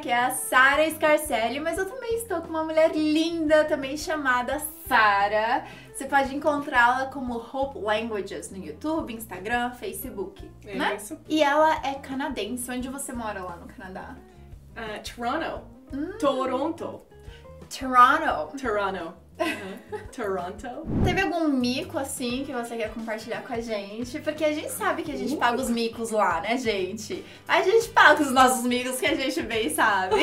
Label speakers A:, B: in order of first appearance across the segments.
A: que é a Sara Scarcelli, mas eu também estou com uma mulher linda também chamada Sara. Você pode encontrá-la como Hope Languages no YouTube, Instagram, Facebook,
B: É
A: né?
B: isso.
A: E ela é canadense. Onde você mora lá no Canadá?
B: Ah, Toronto. Toronto.
A: Toronto.
B: Toronto. Uhum. Toronto.
A: Teve algum mico assim que você quer compartilhar com a gente? Porque a gente sabe que a
B: Uh.
A: gente paga os micos lá, né, gente? A gente paga os nossos micos que a gente bem sabe.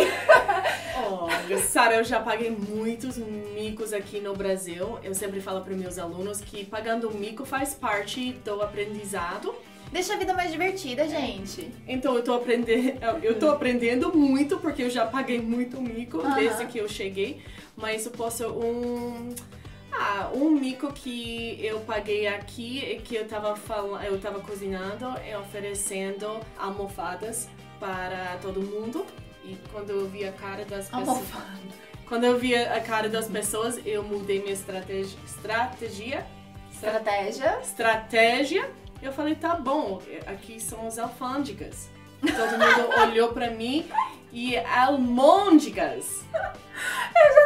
B: Olha, Sara, eu já paguei muitos micos aqui no Brasil. Eu sempre falo para meus alunos que pagando um mico faz parte do aprendizado.
A: Deixa a vida mais divertida, gente.
B: Então eu tô aprendendo, eu tô aprendendo muito porque eu já paguei muito mico
A: Aham.
B: desde que eu cheguei, mas eu posso um ah, um mico que eu paguei aqui e que eu tava falando, eu tava cozinhando e oferecendo almofadas para todo mundo. E quando eu vi a cara das
A: É.
B: pessoas,
A: Almofada.
B: quando eu vi a cara das pessoas, eu mudei minha estratégia, estratégia, estra-
A: Estratégia.
B: estratégia. Eu falei, tá bom, aqui são as alfândegas. Todo mundo olhou pra mim e almôndegas.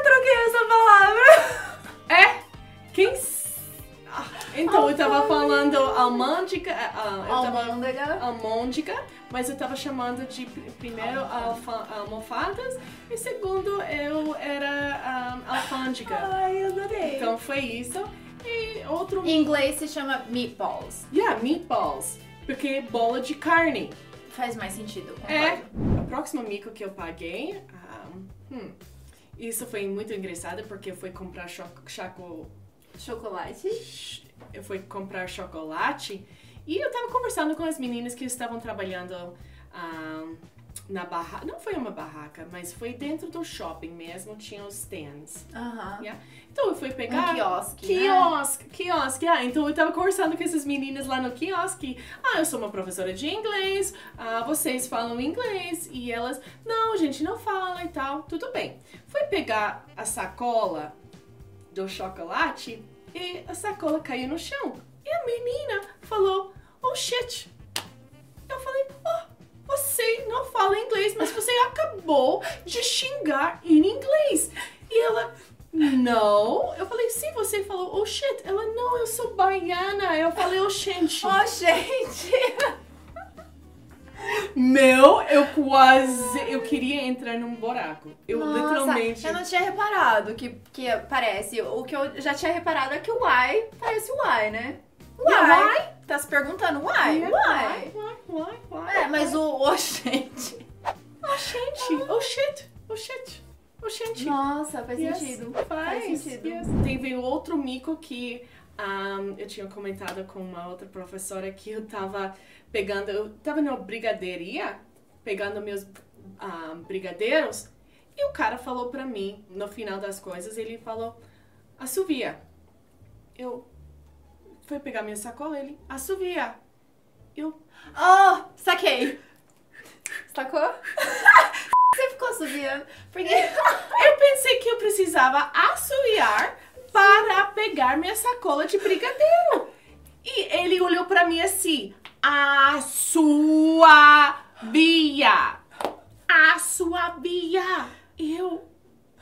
A: Troquei essa palavra.
B: É? Quem. s- Ah, Então eu tava falando almôndega. ah, eu tava
A: Almôndega.
B: almôndega, mas eu tava chamando de pr- primeiro alfa, almofadas e segundo eu era ah, alfândega.
A: Ai, adorei.
B: Então foi isso. E outro.
A: Em inglês se chama meatballs.
B: Yeah, meatballs. Porque é bola de carne.
A: Faz mais sentido. concordo.
B: É. O próximo mico que eu paguei. ah, hum, isso foi muito engraçado porque eu fui comprar cho chaco-
A: Chocolate.
B: ch- eu fui comprar chocolate e eu tava conversando com as meninas que estavam trabalhando ah, na barraca. Não foi uma barraca, mas foi dentro do shopping mesmo, tinha os stands.
A: Aham.
B: Então eu fui pegar.
A: Um quiosque. né?
B: Quiosque, quiosque. Ah, então eu tava conversando com essas meninas lá no quiosque. Ah, eu sou uma professora de inglês, ah, vocês falam inglês. E elas, não, gente, não fala e tal. Tudo bem. Fui pegar a sacola do chocolate e a sacola caiu no chão. E a menina falou, oh shit. Eu falei, oh, você não fala inglês, mas você acabou de xingar em inglês. E ela, não. Eu falei, sim, você falou, oh shit. Ela, não, eu sou baiana. Eu falei, oh gente.
A: Oh, gente.
B: Meu, eu quase. Eu queria entrar num buraco. Eu
A: Nossa,
B: literalmente.
A: Eu não tinha reparado que, que parece. O que eu já tinha reparado é que o why parece o why, né? Why?
B: Yeah,
A: Tá se perguntando why?
B: Why?
A: Why?
B: Why? Why? Why?
A: É, mas o oh, gente.
B: Oh gente. Oh shit. Oh shit. Oh gente.
A: Nossa, faz
B: Yes,
A: sentido.
B: Faz,
A: sentido.
B: yes. Teve outro mico que ahm, eu tinha comentado com uma outra professora que eu tava pegando, eu tava na brigadeiria, pegando meus ahm, brigadeiros, e o cara falou pra mim, no final das coisas, ele falou, assovia. Eu fui pegar minha sacola, ele, assovia. Eu,
A: Oh, saquei. Sacou? Você ficou subiando. Porque.
B: Eu pensei que eu precisava assoviar para pegar minha sacola de brigadeiro. E ele olhou pra mim assim: A sua Bia! A sua Bia! Eu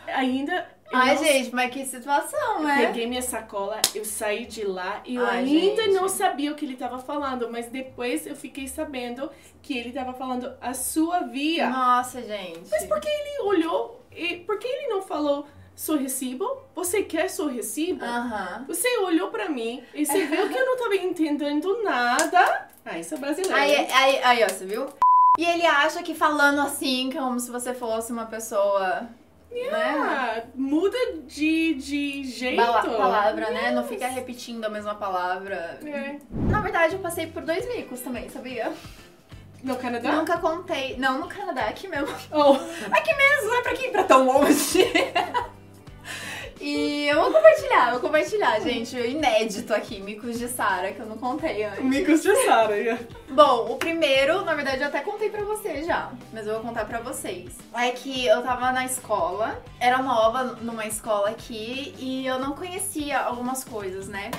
B: ainda. eu
A: Ai,
B: não
A: gente, mas que situação, né?
B: Peguei minha sacola, eu saí de lá e eu
A: Ai,
B: ainda
A: gente.
B: não sabia o que ele tava falando, mas depois eu fiquei sabendo que ele tava falando a sua via.
A: Nossa, gente.
B: Mas por que ele olhou e por que ele não falou seu recibo? Você quer seu recibo?
A: Aham.
B: Você olhou pra mim e você viu que eu não tava entendendo nada. Ah, isso é brasileiro.
A: Aí, aí, aí, ó, você viu? E ele acha que falando assim, como se você fosse uma pessoa. Né?
B: Ah, muda de, de jeito.
A: Bala- palavra, né? Não fica repetindo a mesma palavra.
B: É.
A: Na verdade, eu passei por dois micos também, sabia?
B: No Canadá?
A: Nunca contei. Não no Canadá, é aqui mesmo.
B: Oh.
A: Aqui mesmo, não é pra quem ir pra tão longe. E eu vou compartilhar, vou compartilhar, gente. Inédito aqui, micos de Sara, que eu não contei antes.
B: Micos de Sara. yeah.
A: Bom, o primeiro, na verdade, eu até contei pra você já, mas eu vou contar pra vocês. É que eu tava na escola, era nova numa escola aqui e eu não conhecia algumas coisas, né?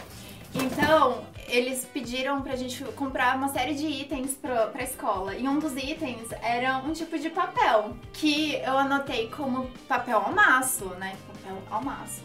A: Então, eles pediram pra gente comprar uma série de itens pra, pra escola. E um dos itens era um tipo de papel, que eu anotei como papel ao maço, né? Papel ao maço.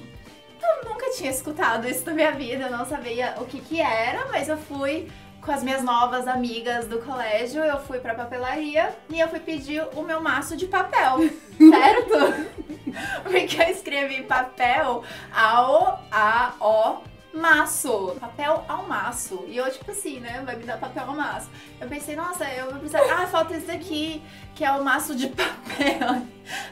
A: Eu nunca tinha escutado isso na minha vida, eu não sabia o que que era, mas eu fui com as minhas novas amigas do colégio, eu fui pra papelaria e eu fui pedir o meu maço de papel, certo? Porque eu escrevi papel ao a o maço, papel ao maço. E eu tipo assim, né, vai me dar papel ao maço. Eu pensei, nossa, eu vou precisar, ah, falta esse daqui, que é o maço de papel.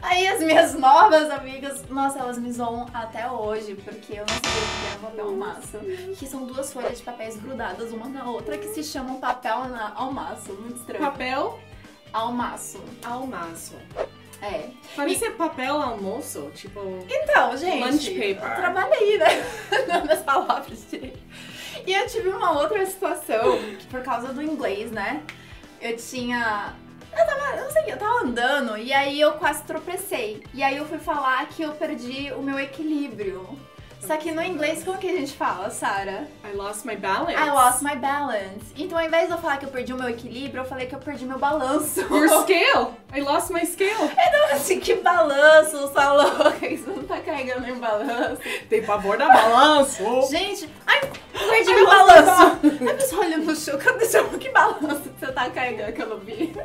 A: Aí as minhas novas amigas, nossa, elas me zoam até hoje, porque eu não sabia o que era papel maço. Que são duas folhas de papéis grudadas uma na outra que se chamam papel na, ao maço. Muito estranho.
B: Papel
A: Ao maço.
B: ao maço.
A: É.
B: Parece papel almoço, tipo.
A: Então, gente.
B: Lunch paper.
A: Trabalhei, né? Não nas palavras direito. E eu tive uma outra situação, que por causa do inglês, né? Eu tinha. Eu tava, eu não sei, eu tava andando e aí eu quase tropecei. E aí eu fui falar que eu perdi o meu equilíbrio. Só que no inglês, como que a gente fala, Sara?
B: I lost my balance.
A: I lost my balance. Então, ao invés de eu falar que eu perdi o meu equilíbrio, eu falei que eu perdi meu balanço.
B: Your scale! I lost my scale!
A: Assim, que balanço, sua louca. Isso não tá carregando em balanço.
B: Tem pavor da balanço!
A: Gente, ai, perdi meu balanço. A pessoa olha no chão, cadê seu que balanço que você tá carregando que eu não vi?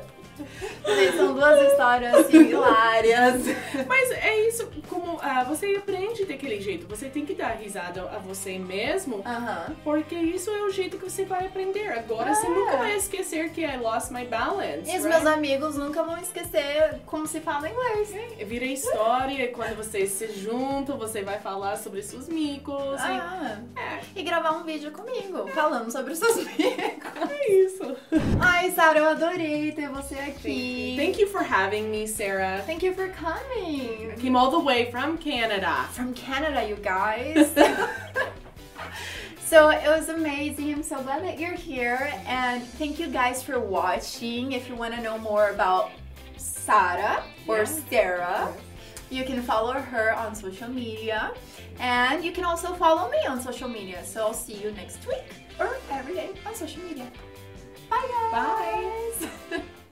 A: Gente, são duas histórias hilárias.
B: Mas é isso, como ah, você aprende daquele jeito, você tem que dar risada a você mesmo,
A: Aham.
B: porque isso é o jeito que você vai aprender. Agora você
A: É.
B: nunca vai esquecer que I lost my balance.
A: E os
B: right?
A: meus amigos nunca vão esquecer como se fala inglês.
B: Vira história e quando vocês se juntam, você vai falar sobre seus micos. e- é.
A: Ah, e gravar um vídeo comigo, falando sobre os seus amigos.
B: É isso.
A: Ai, Sara, eu adorei ter você aqui.
B: Thank you for having me, Sarah.
A: Thank you for coming.
B: I came all the way from Canada.
A: from Canada, you guys. so it was amazing. I'm so glad that you're here. And thank you guys for watching. If you want to know more about Sara or
B: Yeah.
A: Sarah, you can follow her on social media. And you can also follow me on social media. So I'll see you next week or every day on social media. Bye, guys. Bye.